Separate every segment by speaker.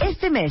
Speaker 1: Este mes,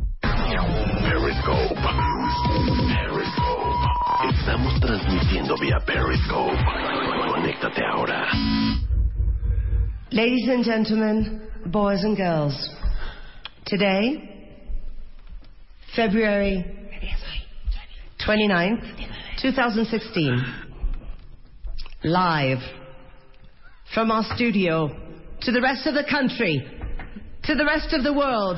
Speaker 2: Periscope. Periscope. Estamos transmitiendo vía Periscope. Conéctate ahora.
Speaker 3: Ladies and gentlemen, boys and girls, today, February 29th, 2016, live from our studio to the rest of the country, to the rest of the world,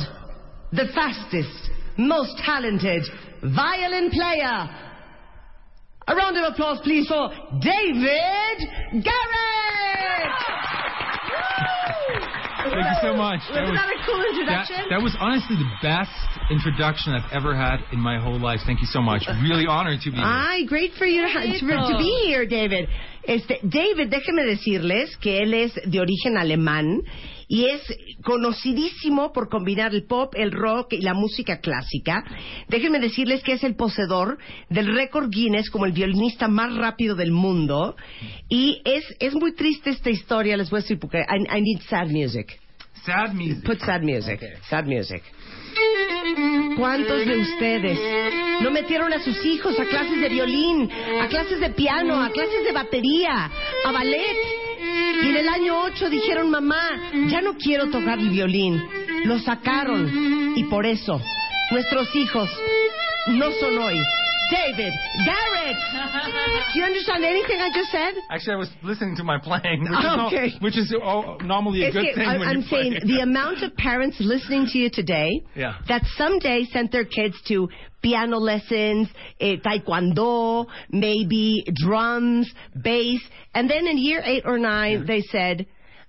Speaker 3: the fastest, most talented violin player. A round of applause, please, for David Garrett!
Speaker 4: Thank you so much. That
Speaker 3: Wasn't
Speaker 4: was-
Speaker 3: that a cool
Speaker 4: That,
Speaker 3: introduction?
Speaker 4: that was honestly the best introduction I've ever had in my whole life. Thank you so much. Really honored to be here.
Speaker 3: Ay, great for you to, ha-
Speaker 5: Eso.
Speaker 3: for- to be here, David. Este, David, déjeme decirles que él es de origen alemán y es conocidísimo por combinar el pop, el rock y la música clásica. Déjenme decirles que es el poseedor del récord Guinness como el violinista más rápido del mundo y es es muy triste esta historia, les voy a decir porque I, I need sad music.
Speaker 4: Sad music.
Speaker 3: Put sad music. Sad music. ¿Cuántos de ustedes no metieron a sus hijos a clases de violín, a clases de piano, a clases de batería, a ballet? Y en el año 8 dijeron, mamá, ya no quiero tocar el violín. Lo sacaron y por eso nuestros hijos no son hoy. David, Garrett, do you understand anything I just said?
Speaker 4: Actually, I was listening to my playing, which is,
Speaker 3: Ah, okay.
Speaker 4: no, which is oh, normally a
Speaker 3: It's
Speaker 4: good
Speaker 3: okay.
Speaker 4: thing
Speaker 3: I'm,
Speaker 4: when
Speaker 3: I'm
Speaker 4: you play.
Speaker 3: saying the amount of parents listening to you today
Speaker 4: Yeah.
Speaker 3: that someday sent their kids to piano lessons, eh, taekwondo, maybe drums, bass, and then in year eight or nine they said.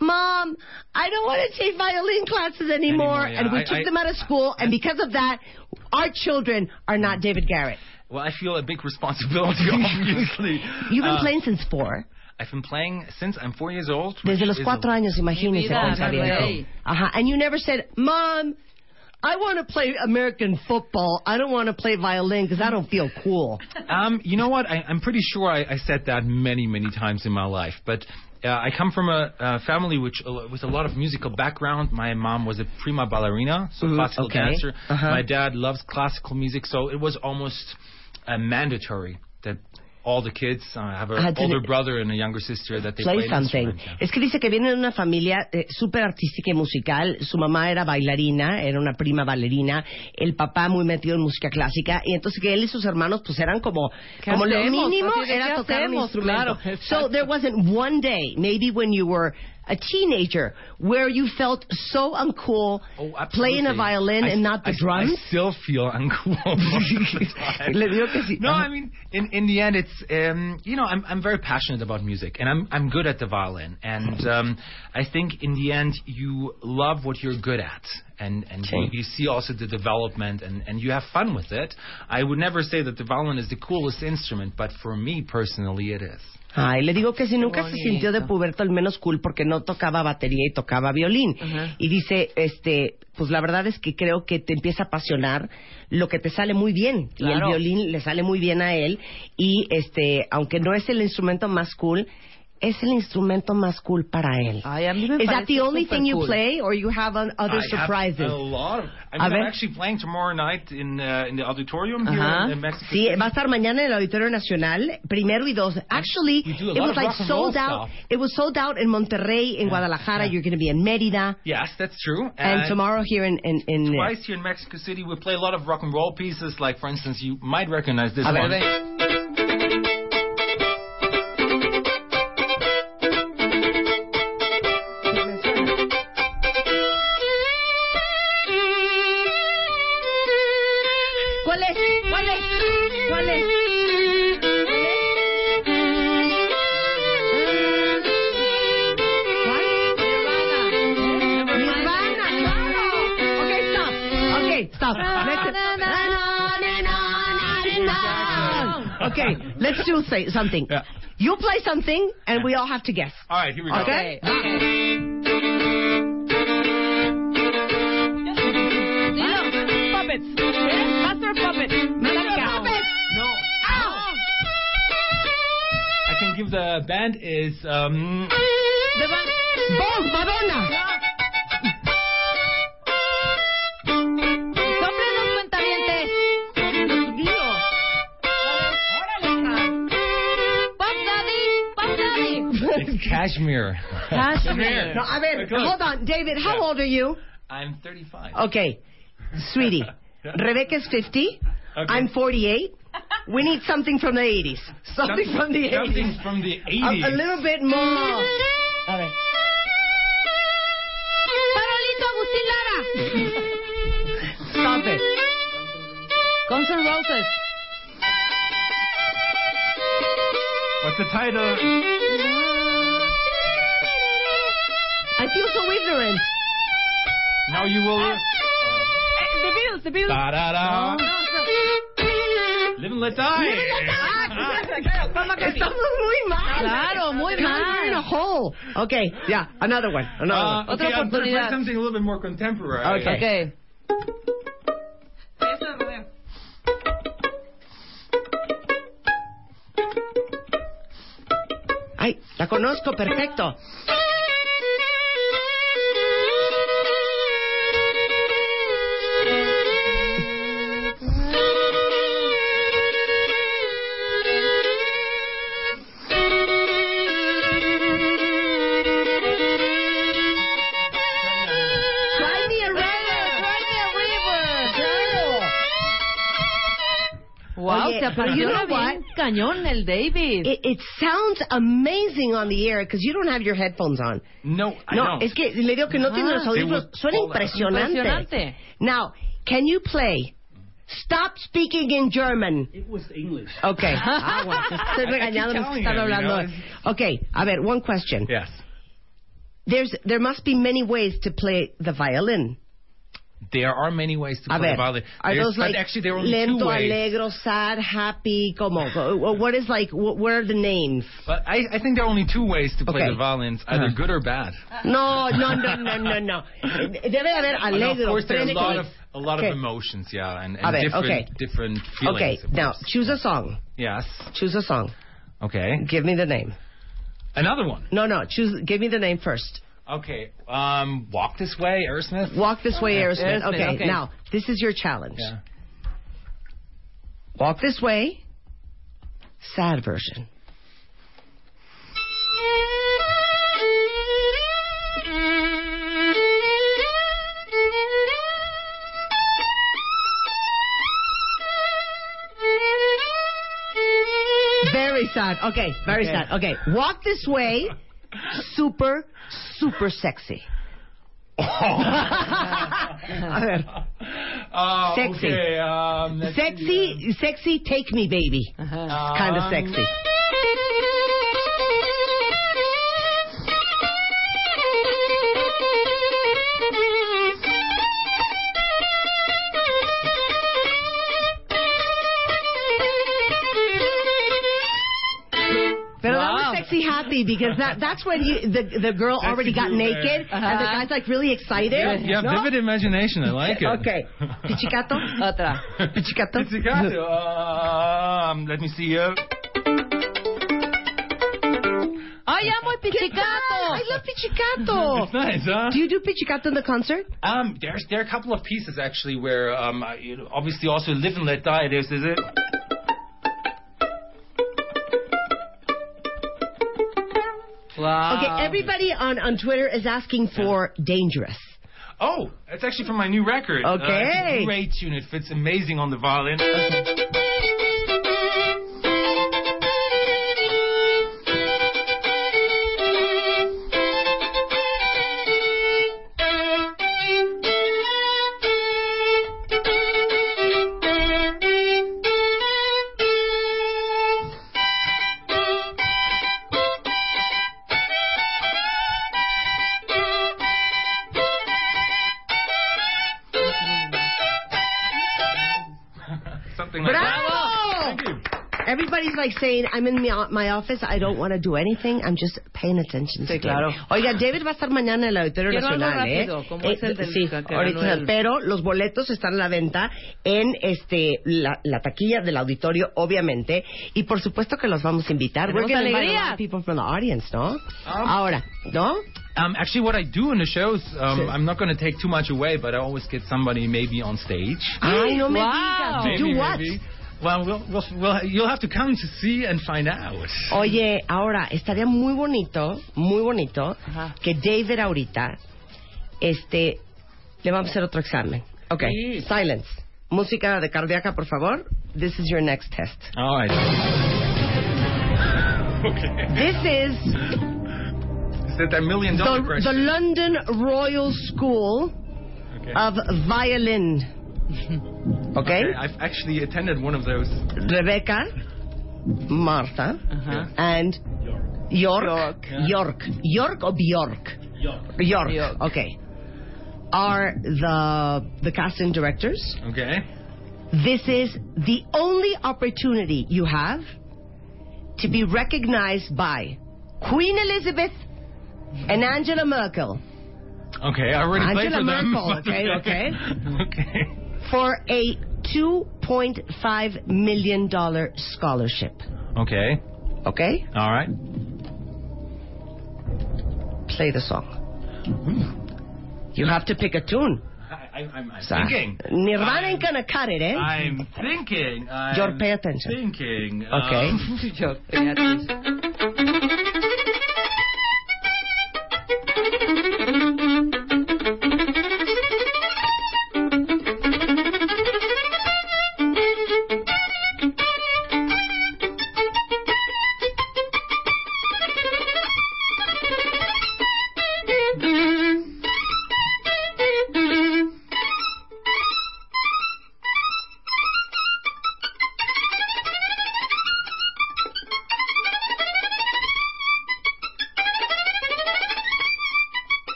Speaker 3: Mom, I don't want to take violin classes anymore.
Speaker 4: Anymore, yeah.
Speaker 3: And we
Speaker 4: I-
Speaker 3: took
Speaker 4: I-
Speaker 3: them out of school, and because of that, our children are not David Garrett.
Speaker 4: Well, I feel a big responsibility, obviously.
Speaker 3: You've been
Speaker 4: Uh,
Speaker 3: playing since four.
Speaker 4: I've been playing since I'm four years old. which
Speaker 3: Desde los
Speaker 4: is
Speaker 3: cuatro
Speaker 4: a-
Speaker 3: años, imagínese.
Speaker 5: vida,
Speaker 3: cuánta vida.
Speaker 5: güey.
Speaker 3: Ajá. And you never said, Mom, I want to play American football. I don't want to play violin because I don't feel cool.
Speaker 4: Um, you know what? I, I'm pretty sure I, I said that many, many times in my life. But uh, I come from a, uh family which with a lot of musical background. My mom was a prima ballerina, so classical
Speaker 3: Mm-hmm. okay.
Speaker 4: dancer.
Speaker 3: Uh-huh.
Speaker 4: My dad loves classical music, so it was almost uh, mandatory that all the kids uh, have an
Speaker 3: Had to-
Speaker 4: older brother and a younger sister that they play,
Speaker 3: Play
Speaker 4: an
Speaker 3: something.
Speaker 4: instrument. Yeah.
Speaker 3: Es que dice que viene de una familia eh, súper artística y musical. Su mamá era bailarina, era una prima bailarina. El papá muy metido en música clásica. Y entonces que él y sus hermanos pues eran como,
Speaker 5: ¿Qué
Speaker 3: como lo
Speaker 5: hacemos?
Speaker 3: mínimo
Speaker 5: Así de,
Speaker 3: era
Speaker 5: ¿qué
Speaker 3: tocar un
Speaker 5: hacemos?
Speaker 3: instrumento.
Speaker 5: Claro,
Speaker 3: so
Speaker 5: exacto.
Speaker 3: there wasn't one day, maybe when you were a teenager, where you felt so uncool
Speaker 4: Oh, absolutely.
Speaker 3: playing a violin
Speaker 4: I
Speaker 3: and
Speaker 4: s-
Speaker 3: not the
Speaker 4: I s-
Speaker 3: drums.
Speaker 4: I still feel uncool. most of the time.
Speaker 3: Le digo que sí.
Speaker 4: No,
Speaker 3: Ajá.
Speaker 4: I mean, in in the end, it's um, you know, I'm I'm very passionate about music, and I'm I'm good at the violin, and um, I think in the end, you love what you're good at, and and you, you see also the development, and and you have fun with it. I would never say that the violin is the coolest instrument, but for me personally, it is.
Speaker 3: Ay, le digo que si nunca se
Speaker 5: bonito.
Speaker 3: sintió de puberto el menos cool porque no tocaba batería y tocaba violín.
Speaker 5: Ajá.
Speaker 3: Y dice, este, pues la verdad es que creo que te empieza a apasionar lo que te sale muy bien. Y el
Speaker 5: Claro.
Speaker 3: violín le sale muy bien a él. Y este, aunque no es el instrumento más cool, es el instrumento más cool para él.
Speaker 5: Ay, a mí me
Speaker 3: Is that
Speaker 5: parece
Speaker 3: the only
Speaker 5: súper
Speaker 3: thing you
Speaker 5: cool.
Speaker 3: play or you have an- other
Speaker 4: I
Speaker 3: surprises?
Speaker 5: oh,
Speaker 4: Have a lot. Of, I mean,
Speaker 3: A ver.
Speaker 4: I'm actually playing tomorrow night in uh, in the auditorium here
Speaker 5: Ajá.
Speaker 4: in, in Mexico.
Speaker 3: Uh-huh. Sí, va a estar mañana en el Auditorio Nacional, primero y dos. Actually,
Speaker 4: We do a
Speaker 3: it
Speaker 4: lot
Speaker 3: was
Speaker 4: of
Speaker 3: like
Speaker 4: rock and roll
Speaker 3: sold out.
Speaker 4: stuff.
Speaker 3: It was sold out in Monterrey, in Guadalajara. You're going to be in Mérida,
Speaker 4: Yes, that's true.
Speaker 3: and tomorrow here in in, in
Speaker 4: Twice here in Mexico City, we play a lot of rock and roll pieces. Like, for instance, you might recognize this
Speaker 3: A ver,
Speaker 4: one.
Speaker 3: ven.
Speaker 5: ¿Cuál es? ¿Cuál es? ¿Cuál es?
Speaker 3: Nirvana, claro. Okay, stop. Okay, stop. Let's, Ah. okay, let's do say something.
Speaker 4: Yeah.
Speaker 3: You play something, and we all have to guess.
Speaker 4: All right, here we go.
Speaker 3: Okay.
Speaker 5: Puppets. Master Puppets.
Speaker 4: No. I can give the band is um.
Speaker 3: Both Madonna.
Speaker 5: los cuentavientes. Pop Daddy. Pop Daddy.
Speaker 4: It's Cashmere. Cashmere.
Speaker 3: No, a ver, hold on, David. How old are you?
Speaker 4: I'm 35.
Speaker 3: Okay, sweetie. Rebecca's 50. I'm 48. We need something from the 80s. Something from the 80s.
Speaker 4: Something from the
Speaker 3: A,
Speaker 4: 80s.
Speaker 3: a little bit more. A ver.
Speaker 5: Farolito Agustín Lara.
Speaker 3: Stop it.
Speaker 5: Guns N' Roses.
Speaker 4: What's the title?
Speaker 3: I feel so ignorant.
Speaker 4: Now you will.
Speaker 5: The Beatles, The Beatles.
Speaker 4: Da da da.
Speaker 3: Oh.
Speaker 4: Live and let die.
Speaker 3: Estamos muy mal.
Speaker 5: Claro, muy
Speaker 3: Guys, we're in a
Speaker 5: mal.
Speaker 3: hole. Okay, yeah, another one. Another
Speaker 4: Uh,
Speaker 3: one.
Speaker 5: Otra
Speaker 4: okay, I'm gonna play
Speaker 5: oportunidad.
Speaker 4: something a little bit more contemporary.
Speaker 3: Okay.
Speaker 5: Okay.
Speaker 3: Ay, la conozco perfecto. Cry me a river. Claro.
Speaker 5: Wow,
Speaker 3: Oye,
Speaker 5: se
Speaker 3: pero you
Speaker 5: aprendió
Speaker 3: know
Speaker 5: bien
Speaker 3: what?
Speaker 5: cañón el David.
Speaker 3: It, it sounds amazing on the air because you don't have your headphones on.
Speaker 4: No, I
Speaker 3: No,
Speaker 4: don't.
Speaker 3: es que le digo que no tiene los
Speaker 5: Ah.
Speaker 3: audífonos.
Speaker 4: They
Speaker 3: Suena
Speaker 4: would-
Speaker 3: impresionante.
Speaker 5: Impresionante.
Speaker 3: Now, can you play? Stop speaking in German. It was English. Okay. Ah, bueno, estoy
Speaker 4: I
Speaker 3: regañado,
Speaker 4: keep
Speaker 3: me
Speaker 4: telling
Speaker 3: están
Speaker 4: him, you
Speaker 3: hablando.
Speaker 4: know.
Speaker 3: Okay, a ver, one question.
Speaker 4: Yes.
Speaker 3: There's, there must be many ways to play the violin.
Speaker 4: There are many ways to
Speaker 3: A
Speaker 4: play
Speaker 3: ver,
Speaker 4: violin.
Speaker 3: are
Speaker 4: There's-
Speaker 3: those
Speaker 4: but
Speaker 3: like
Speaker 4: actually there are only
Speaker 3: lento,
Speaker 4: two ways.
Speaker 3: alegro, sad, happy, como? wh- What is like? wh- What are the names?
Speaker 4: But I, I think there are only two ways to play
Speaker 3: Okay.
Speaker 4: the violins, either
Speaker 3: Uh-huh.
Speaker 4: good or bad.
Speaker 3: No, no, no, no, no, no. Debe haber
Speaker 4: And
Speaker 3: alegro.
Speaker 4: of course, there are a
Speaker 3: fresco.
Speaker 4: lot of a lot
Speaker 3: Okay.
Speaker 4: of emotions, yeah, and,
Speaker 3: A
Speaker 4: and
Speaker 3: ver,
Speaker 4: different
Speaker 3: okay.
Speaker 4: different feelings.
Speaker 3: Okay,
Speaker 4: of
Speaker 3: now
Speaker 4: course.
Speaker 3: choose a song.
Speaker 4: yes,
Speaker 3: Choose a song.
Speaker 4: okay,
Speaker 3: Give me the name.
Speaker 4: another one.
Speaker 3: No, no. Choose. Give me the name first.
Speaker 4: Okay, um, walk this way, Aerosmith.
Speaker 3: Walk this way, Aerosmith.
Speaker 5: Aerosmith,
Speaker 3: Okay,
Speaker 5: okay.
Speaker 3: Now this is your challenge.
Speaker 4: Yeah.
Speaker 3: Walk this way. Sad version. Very sad. Okay. Very sad. Okay. Walk this way. Super, super sexy. a ver.
Speaker 4: Uh,
Speaker 3: Sexy.
Speaker 4: Okay, um, let's see,
Speaker 3: Sexy, sexy, take me, baby.
Speaker 5: Ajá.
Speaker 4: um,
Speaker 3: Kind of sexy. Pero that
Speaker 5: Wow.
Speaker 3: was sexy happy because that that's when you, the the girl
Speaker 4: Sexy
Speaker 3: already got
Speaker 4: blue bear.
Speaker 3: naked and the
Speaker 5: Uh-huh.
Speaker 3: guy's like really excited.
Speaker 4: You have, you have
Speaker 3: No?
Speaker 4: vivid imagination. I like it.
Speaker 3: Okay. Pichicato.
Speaker 5: Otra.
Speaker 3: Pichicato.
Speaker 4: Pizzicato. Um, let me see. Uh,
Speaker 5: ¡Ay, Ay, amo el
Speaker 3: ¿Qué tal? I love
Speaker 5: pichicato.
Speaker 3: Pichicato.
Speaker 4: It's nice, huh?
Speaker 3: Oh. Do you do Pichicato in the concert?
Speaker 4: Um, there's there are a couple of pieces actually where um, I- you know, obviously also live and let die. There's there's a
Speaker 5: Wow.
Speaker 3: Okay, everybody on, on Twitter is asking for Dangerous.
Speaker 4: oh, it's actually from my new record. Uh, it's a
Speaker 3: Okay.
Speaker 4: great tune. It fits amazing on the violin. Something like that. Thank you.
Speaker 3: Everybody's like saying, I'm in my, my office, I don't want to do anything, I'm just paying attention. to
Speaker 5: claro.
Speaker 3: them." Oiga, David va a estar mañana en el Auditorio
Speaker 5: Quiero algo
Speaker 3: Nacional,
Speaker 5: rápido,
Speaker 3: ¿eh?
Speaker 5: como es el del
Speaker 3: sí,
Speaker 5: que ganó
Speaker 3: ahorita,
Speaker 5: el-
Speaker 3: pero los boletos están a la venta en este la, la taquilla del auditorio, obviamente, y por supuesto que los vamos a invitar.
Speaker 5: Tenemos Ah.
Speaker 3: gonna invite a
Speaker 5: alegría.
Speaker 3: lot of people from the audience, ¿no? Ahora, ¿no?
Speaker 4: Um, actually, what I do in the shows, um, I'm not going to take too much away, but I always get somebody maybe on stage.
Speaker 3: Ay, no me
Speaker 5: Wow.
Speaker 3: digas.
Speaker 4: maybe,
Speaker 3: Do what?
Speaker 4: maybe. Well, we'll, we'll, we'll, you'll have to come to see and find out.
Speaker 3: Oye, ahora estaría muy bonito, muy bonito
Speaker 5: Ajá.
Speaker 3: que David ahorita, este, le vamos a hacer otro examen. Ok,
Speaker 5: Sí.
Speaker 3: silence. Música de cardíaca, por favor. This is your next test.
Speaker 4: All right. okay.
Speaker 3: This is
Speaker 4: Is that that million dollar
Speaker 3: the, the
Speaker 4: question?
Speaker 3: London Royal School
Speaker 4: Okay.
Speaker 3: of Violin. Ok,
Speaker 4: Okay, I've actually attended one of those.
Speaker 3: Rebecca, Martha,
Speaker 5: Ajá.
Speaker 3: and York. Uh-huh. York. York. York or Bjork? York.
Speaker 5: York.
Speaker 3: Okay. Are the the casting directors?
Speaker 4: Okay.
Speaker 3: This is the only opportunity you have to be recognized by Queen Elizabeth and Angela Merkel
Speaker 4: Okay, I already played
Speaker 3: Angela
Speaker 4: for them.
Speaker 3: Merkel, okay,
Speaker 4: but okay.
Speaker 3: for a two point five million dollar scholarship.
Speaker 4: Okay. Okay.
Speaker 3: Okay,
Speaker 4: All right.
Speaker 3: play the song. You have to pick a tune.
Speaker 4: I, I, I'm, I'm
Speaker 3: Sa-
Speaker 4: thinking.
Speaker 3: Nirvana ain't
Speaker 4: I'm,
Speaker 3: gonna cut it, eh?
Speaker 4: I'm thinking. I'm
Speaker 3: George, pay attention.
Speaker 4: Thinking.
Speaker 3: Okay.
Speaker 4: um,
Speaker 5: Yo, espérate. 음.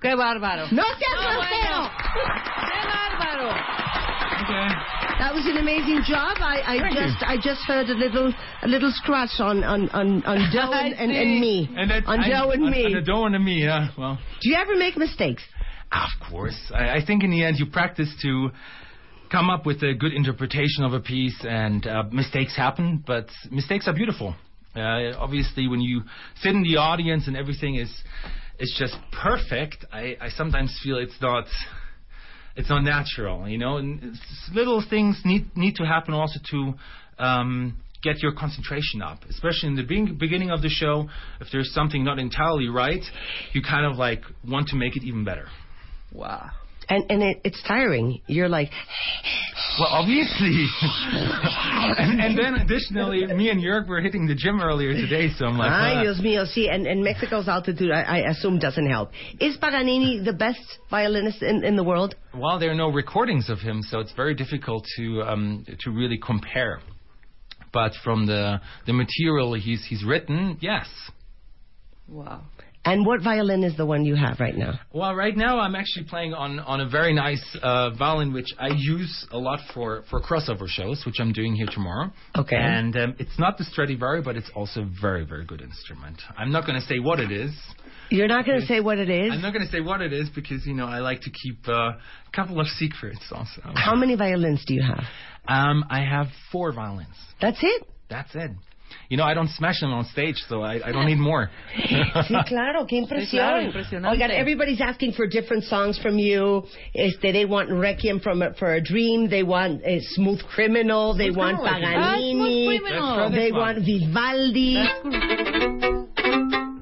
Speaker 5: Qué bárbaro.
Speaker 3: No seas
Speaker 5: No,
Speaker 3: grosero.
Speaker 5: bueno. Qué bárbaro.
Speaker 4: okay.
Speaker 3: That was an amazing job. I, I just I just heard a little a little scratch on on on, on Doe
Speaker 5: I
Speaker 3: and, and,
Speaker 5: see.
Speaker 3: and me.
Speaker 4: And that's
Speaker 3: on
Speaker 4: I-
Speaker 3: Doe and
Speaker 4: on-
Speaker 3: me.
Speaker 4: On the Doe and me, yeah. Well,
Speaker 3: Do you ever make mistakes?
Speaker 4: of course. I, I think in the end you practice to come up with a good interpretation of a piece, and uh, mistakes happen, but mistakes are beautiful. Uh, obviously, when you sit in the audience and everything is is just perfect, I, I sometimes feel it's not it's not natural, you know. And it's- little things need need to happen also to um, get your concentration up, especially in the be- beginning of the show. If there's something not entirely right, you kind of like want to make it even better.
Speaker 5: Wow.
Speaker 3: And and it, it's tiring. You're like,
Speaker 4: Well, obviously. and, and then additionally, me and Jörg were hitting the gym earlier today, so I'm like,
Speaker 3: ay,
Speaker 4: uh,
Speaker 3: Dios mío, see, and, and Mexico's altitude, I, I assume, doesn't help. Is Paganini the best violinist in, in the world?
Speaker 4: well, there are no recordings of him, so it's very difficult to um, to really compare. But from the the material he's he's written, yes.
Speaker 5: Wow.
Speaker 3: And what violin is the one you have right now?
Speaker 4: Well, right now I'm actually playing on, on a very nice uh, violin, which I use a lot for, for crossover shows, which I'm doing here tomorrow.
Speaker 3: Okay.
Speaker 4: And um, it's not the Stradivari, but it's also a very, very good instrument. I'm not going to say what it is.
Speaker 3: You're not going to say what it is.
Speaker 4: I'm not going to say what it is because, you know, I like to keep uh, a couple of secrets also.
Speaker 3: How many violins do you have?
Speaker 4: Um, I have four violins.
Speaker 3: That's it.
Speaker 4: That's it. You know, I don't smash them on stage, so I, I don't need more.
Speaker 3: Ah. Sí, claro, qué
Speaker 5: claro,
Speaker 3: impresión.
Speaker 5: impresionante.
Speaker 3: Oigan, everybody's asking for different songs from you. Este, they want Requiem from a, for a Dream. They want eh, Smooth Criminal. They want
Speaker 5: Criminal, I think. Ah, Smooth
Speaker 3: Paganini.
Speaker 5: Criminal.
Speaker 4: That's
Speaker 3: They
Speaker 4: this one.
Speaker 3: want Vivaldi.
Speaker 5: That's cool.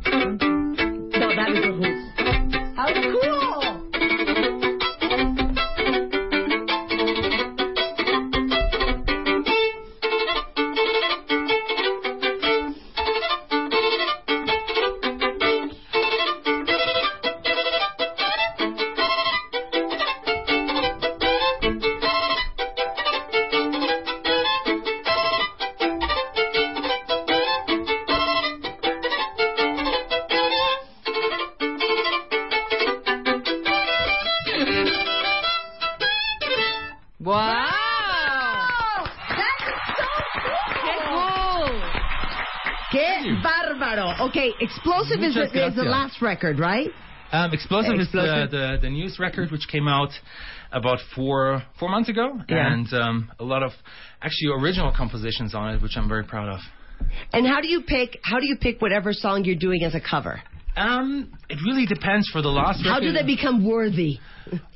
Speaker 3: No, that is the Who. How cool!
Speaker 5: Wow. Qué cool.
Speaker 3: Qué bárbaro. Okay, Explosive is the,
Speaker 4: Muchas
Speaker 3: is the
Speaker 4: gracias.
Speaker 3: last record, right?
Speaker 4: Um, Explosive,
Speaker 3: Explosive.
Speaker 4: is the, the, the news record which came out about four four months ago,
Speaker 3: Yeah.
Speaker 4: and um, a lot of actually original compositions on it, which I'm very proud of.
Speaker 3: And how do you pick? How do you pick whatever song you're doing as a cover?
Speaker 4: Um, it really depends for the last.
Speaker 3: How do
Speaker 4: record.
Speaker 3: they become worthy?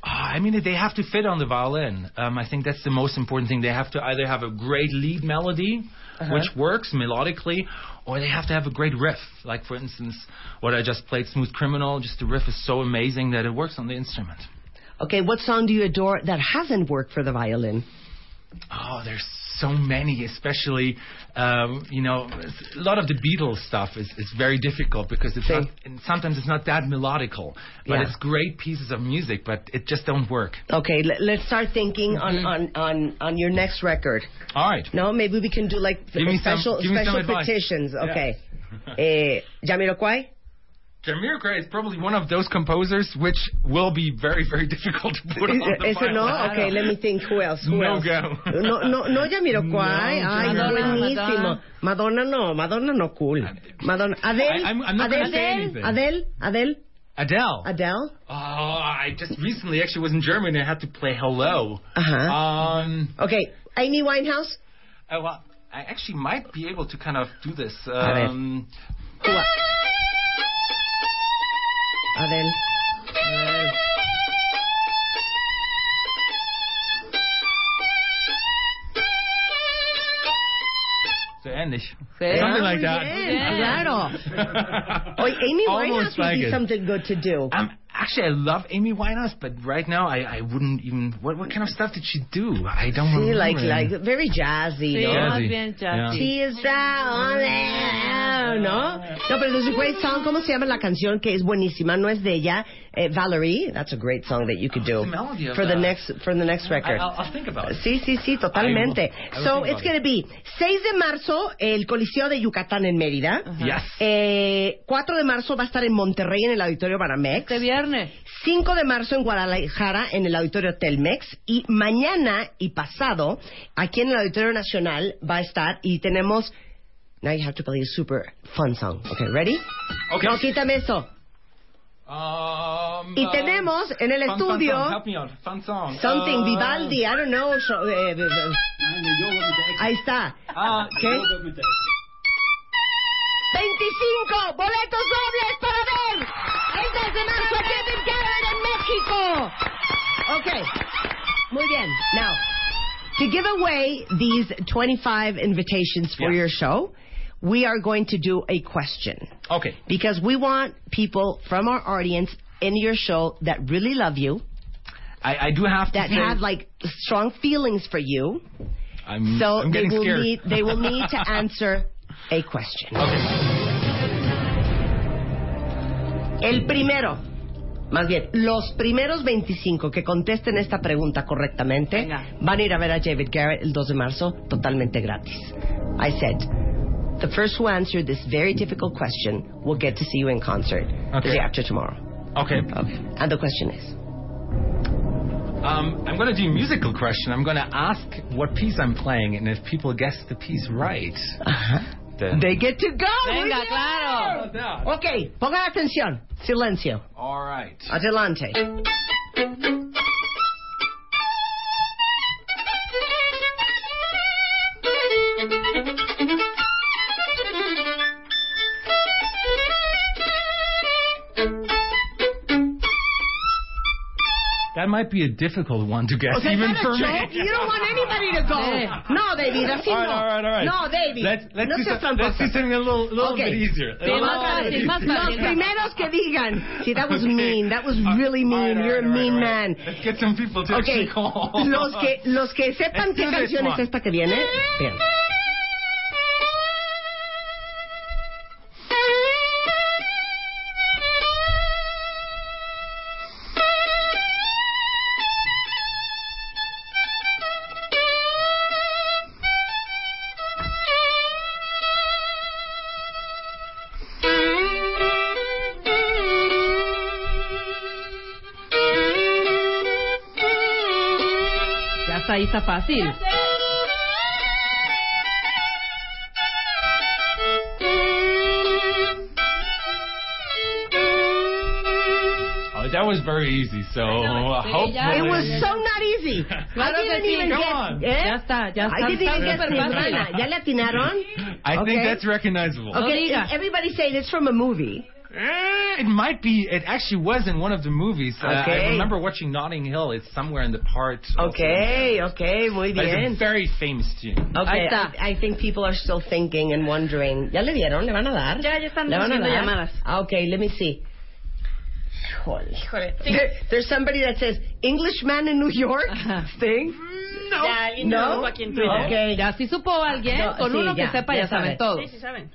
Speaker 4: Ah, I mean, they have to fit on the violin. Um, I think that's the most important thing. They have to either have a great lead melody, which works melodically, or they have to have a great riff. Like for instance, what I just played, "Smooth Criminal." Just the riff is so amazing that it works on the instrument.
Speaker 3: Okay, what song do you adore that hasn't worked for the violin?
Speaker 4: Oh, there's so many, especially um, you know, a lot of the Beatles stuff is, is very difficult because it's
Speaker 3: Sure.
Speaker 4: not, and sometimes it's not that melodical, but
Speaker 3: Yeah.
Speaker 4: it's great pieces of music, but it just don't work.
Speaker 3: Okay, let, let's start thinking
Speaker 4: Mm-hmm.
Speaker 3: on, on, on, on your next record.
Speaker 4: All right.
Speaker 3: No, maybe we can do like
Speaker 4: Give me some-
Speaker 3: special
Speaker 4: give me some
Speaker 3: special
Speaker 4: advice.
Speaker 3: petitions.
Speaker 4: Yeah.
Speaker 3: Okay. eh, Jamiroquai.
Speaker 4: Jamiroquai is probably one of those composers which will be very, very difficult to put on the
Speaker 3: Is it no?
Speaker 4: violin.
Speaker 3: Okay, let me think. Who else? Who
Speaker 4: No
Speaker 3: else?
Speaker 4: go.
Speaker 3: No, no, no, Jamiroquai.
Speaker 4: No,
Speaker 3: Ay,
Speaker 5: Madonna,
Speaker 3: buenísimo. Madonna no, Madonna no cool. Madonna, Adele,
Speaker 4: I- I'm- I'm not gonna
Speaker 3: Adele,
Speaker 4: say
Speaker 3: Adele,
Speaker 4: anything.
Speaker 3: Adele, Adele,
Speaker 4: Adele.
Speaker 3: Adele.
Speaker 4: oh, I just recently actually was in Germany and I had to play Hello.
Speaker 3: Uh-huh.
Speaker 4: Um,
Speaker 3: Okay, Amy Winehouse.
Speaker 4: oh, well, I actually might be able to kind of do this.
Speaker 3: ver.
Speaker 4: Um,
Speaker 3: Adele.
Speaker 4: so ähnlich.
Speaker 5: Sí.
Speaker 4: Something
Speaker 3: Ah,
Speaker 4: like
Speaker 3: muy
Speaker 4: that.
Speaker 3: bien, Claro. Oye, Amy Winehouse
Speaker 4: Almost
Speaker 3: would
Speaker 4: like
Speaker 3: be
Speaker 4: it.
Speaker 3: something good to do.
Speaker 4: Um, actually, I love Amy Winehouse, but right now I, I wouldn't even. What what kind of stuff did she do? I don't
Speaker 3: See,
Speaker 4: remember.
Speaker 3: like, like very jazzy,
Speaker 5: Sí,
Speaker 3: ¿no?
Speaker 5: más
Speaker 4: Jazzy.
Speaker 5: bien jazzy.
Speaker 3: She is down, ¿no? No, pero there's a great song. ¿Cómo se llama la canción que es buenísima? No es de ella. Eh, Valerie. That's a great song that you could do
Speaker 4: the melody of
Speaker 3: for the
Speaker 4: that.
Speaker 3: next for the next
Speaker 4: Oh, I,
Speaker 3: record.
Speaker 4: I'll, I'll think about it.
Speaker 3: Sí, sí, sí, totalmente.
Speaker 4: I will- I will
Speaker 3: so
Speaker 4: think
Speaker 3: it's
Speaker 4: about
Speaker 3: going to be 6 de marzo, el Coliseo de Yucatán en Mérida.
Speaker 4: Yes.
Speaker 3: Eh, 4 de marzo va a estar en Monterrey en el Auditorio Banamex.
Speaker 5: Este viernes.
Speaker 3: 5 de marzo en Guadalajara, en el Auditorio Telmex. Y mañana y pasado, aquí en el Auditorio Nacional, va a estar y tenemos. Now you have to play a super fun song. Okay, ready?
Speaker 4: Okay.
Speaker 3: No, quítame eso.
Speaker 4: Um,
Speaker 3: Y
Speaker 4: um,
Speaker 3: tenemos en el
Speaker 4: fun, fun
Speaker 3: estudio-
Speaker 4: song. Help me out. Fun song.
Speaker 3: Something,
Speaker 4: Uh,
Speaker 3: Vivaldi, I don't know. so- eh, eh, eh, ahí está.
Speaker 4: Ah,
Speaker 3: ¿Qué? 25 boletos dobles para ver el 2 de marzo aquí en Kevin en México. Okay. Muy bien. Now, to give away these 25 invitations for
Speaker 4: Yeah.
Speaker 3: your show, we are going to do a question
Speaker 4: Okay.
Speaker 3: because we want people from our audience in your show that really love you,
Speaker 4: I, I do have
Speaker 3: that
Speaker 4: to say,
Speaker 3: have like strong feelings for you.
Speaker 4: I'm,
Speaker 3: So
Speaker 4: I'm
Speaker 3: they
Speaker 4: getting
Speaker 3: will
Speaker 4: scared.
Speaker 3: need they will need to answer a question.
Speaker 4: okay.
Speaker 3: El primero, más bien, los primeros 25 que contesten esta pregunta correctamente
Speaker 5: Venga.
Speaker 3: van a ir a ver a David Garrett el 2 de marzo totalmente gratis. I said, The first who answered this very difficult question will get to see you in concert the
Speaker 4: Okay.
Speaker 3: day after tomorrow.
Speaker 4: Okay.
Speaker 3: And the question is,
Speaker 4: Um, I'm going to do a musical question. I'm going to ask what piece I'm playing, and if people guess the piece right, then
Speaker 3: they get to go.
Speaker 1: Venga,
Speaker 3: Muy bien.
Speaker 1: claro.
Speaker 3: Ok, pongan atención. Silencio.
Speaker 4: All right.
Speaker 3: Adelante.
Speaker 4: That might be a difficult one to guess,
Speaker 3: Okay,
Speaker 4: even
Speaker 3: is that
Speaker 4: for
Speaker 3: a joke?
Speaker 4: me.
Speaker 3: You don't want anybody to go. No, David, así
Speaker 4: All right,
Speaker 3: no.
Speaker 4: all right, all right.
Speaker 3: No, David.
Speaker 4: Let's, let's,
Speaker 3: no
Speaker 4: do,
Speaker 3: seas
Speaker 4: some- let's do
Speaker 3: tramposa.
Speaker 4: something a little, little
Speaker 3: Okay.
Speaker 4: bit easier. A
Speaker 3: Sí,
Speaker 4: little
Speaker 3: más
Speaker 4: bit
Speaker 3: fácil,
Speaker 4: easier.
Speaker 1: más fácil.
Speaker 3: Los primeros que digan. See, that was mean. That was
Speaker 4: All right,
Speaker 3: really mean.
Speaker 4: Uh, all right,
Speaker 3: You're a
Speaker 4: all right,
Speaker 3: mean
Speaker 4: all right.
Speaker 3: man.
Speaker 4: Let's get some people to
Speaker 3: Okay.
Speaker 4: actually call.
Speaker 3: Los que, los que sepan
Speaker 4: Let's
Speaker 3: qué
Speaker 4: do this
Speaker 3: canción es
Speaker 4: one.
Speaker 3: esta que viene, vean.
Speaker 1: Ya está ahí, está fácil.
Speaker 4: Oh, that was very easy, so uh,
Speaker 1: sí,
Speaker 4: hopefully...
Speaker 1: ya.
Speaker 3: It was so not easy. I
Speaker 1: Claro que
Speaker 3: didn't
Speaker 1: sí,
Speaker 3: even
Speaker 1: come
Speaker 3: get,
Speaker 4: on.
Speaker 3: ¿eh?
Speaker 1: Ya está, ya
Speaker 3: I
Speaker 1: está.
Speaker 3: didn't even
Speaker 1: está
Speaker 3: get
Speaker 1: súper fácil.
Speaker 3: Nirvana. ¿Ya le atinaron?
Speaker 4: I think
Speaker 3: Okay.
Speaker 4: that's recognizable.
Speaker 1: No
Speaker 3: Okay,
Speaker 1: digas.
Speaker 3: everybody say it's from a movie.
Speaker 4: Eh, It might be. It actually was in one of the movies. Uh,
Speaker 3: Okay.
Speaker 4: I remember watching Notting Hill. It's somewhere in the part. also.
Speaker 3: Okay, okay, muy
Speaker 4: But It's a
Speaker 3: bien.
Speaker 4: very famous tune.
Speaker 3: Okay,
Speaker 1: Ahí está.
Speaker 3: I, I think people are still thinking and wondering. ¿Ya le dieron? ¿Le van a dar?
Speaker 1: Ya, ya están
Speaker 3: ¿Le van a
Speaker 1: haciendo
Speaker 3: dar?
Speaker 1: llamadas.
Speaker 3: Ah, okay, let me see. Híjole. There, there's somebody that says Englishman in New York
Speaker 1: Ajá.
Speaker 3: thing.
Speaker 1: No. Ya, alguien
Speaker 3: No.
Speaker 1: no. aquí en Twitter.
Speaker 3: Okay.
Speaker 1: Ya sí supo alguien,
Speaker 3: No,
Speaker 1: con
Speaker 3: sí,
Speaker 1: uno
Speaker 3: ya,
Speaker 1: que sepa ya,
Speaker 3: ya sabe.
Speaker 1: saben todos.
Speaker 5: Sí, sí saben.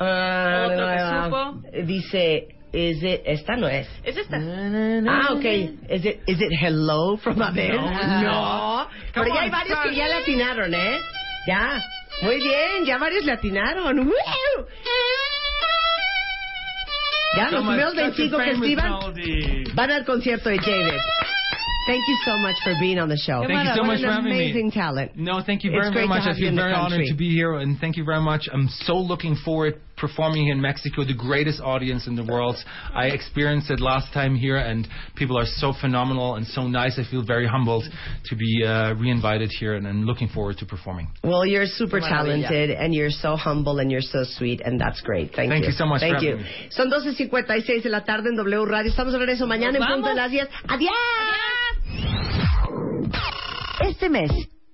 Speaker 3: Ah,
Speaker 5: Otro que
Speaker 3: ah,
Speaker 5: supo.
Speaker 3: Dice, is it, esta no es.
Speaker 5: Es esta.
Speaker 3: Ah, ok. Is it, is it hello from Abel?
Speaker 1: No.
Speaker 3: Pero ya hay varios que ya le atinaron, ¿eh? Ya. Muy bien, ya varios le atinaron. ¡Woo! Ya, los
Speaker 4: Come
Speaker 3: primeros
Speaker 4: on, such a
Speaker 3: 25 que
Speaker 4: famous
Speaker 3: escriban
Speaker 4: melody.
Speaker 3: van al concierto de David. Thank you so much for being on the show.
Speaker 4: Thank you so
Speaker 3: What
Speaker 4: much
Speaker 3: an
Speaker 4: for having me.
Speaker 3: amazing talent.
Speaker 4: No, thank you
Speaker 3: It's
Speaker 4: very,
Speaker 3: great
Speaker 4: very
Speaker 3: to
Speaker 4: much.
Speaker 3: have
Speaker 4: I
Speaker 3: you
Speaker 4: feel
Speaker 3: in the
Speaker 4: very honored
Speaker 3: country.
Speaker 4: to be here, and thank you very much. I'm so looking forward performing in Mexico, the greatest audience in the world. I experienced it last time here, and people are so phenomenal and so nice. I feel very humbled to be uh, reinvited here, and I'm looking forward to performing.
Speaker 3: Well, you're super
Speaker 1: Maravilla.
Speaker 3: talented and you're so humble and you're so sweet and that's great. Thank,
Speaker 4: Thank
Speaker 3: you.
Speaker 4: you so much
Speaker 3: Thank
Speaker 4: for
Speaker 3: you.
Speaker 4: having
Speaker 3: Son 12:56 de la tarde en W Radio. Estamos de regreso mañana en
Speaker 1: Nos
Speaker 3: punto de
Speaker 1: vamos.
Speaker 3: las 10. Adiós. Este mes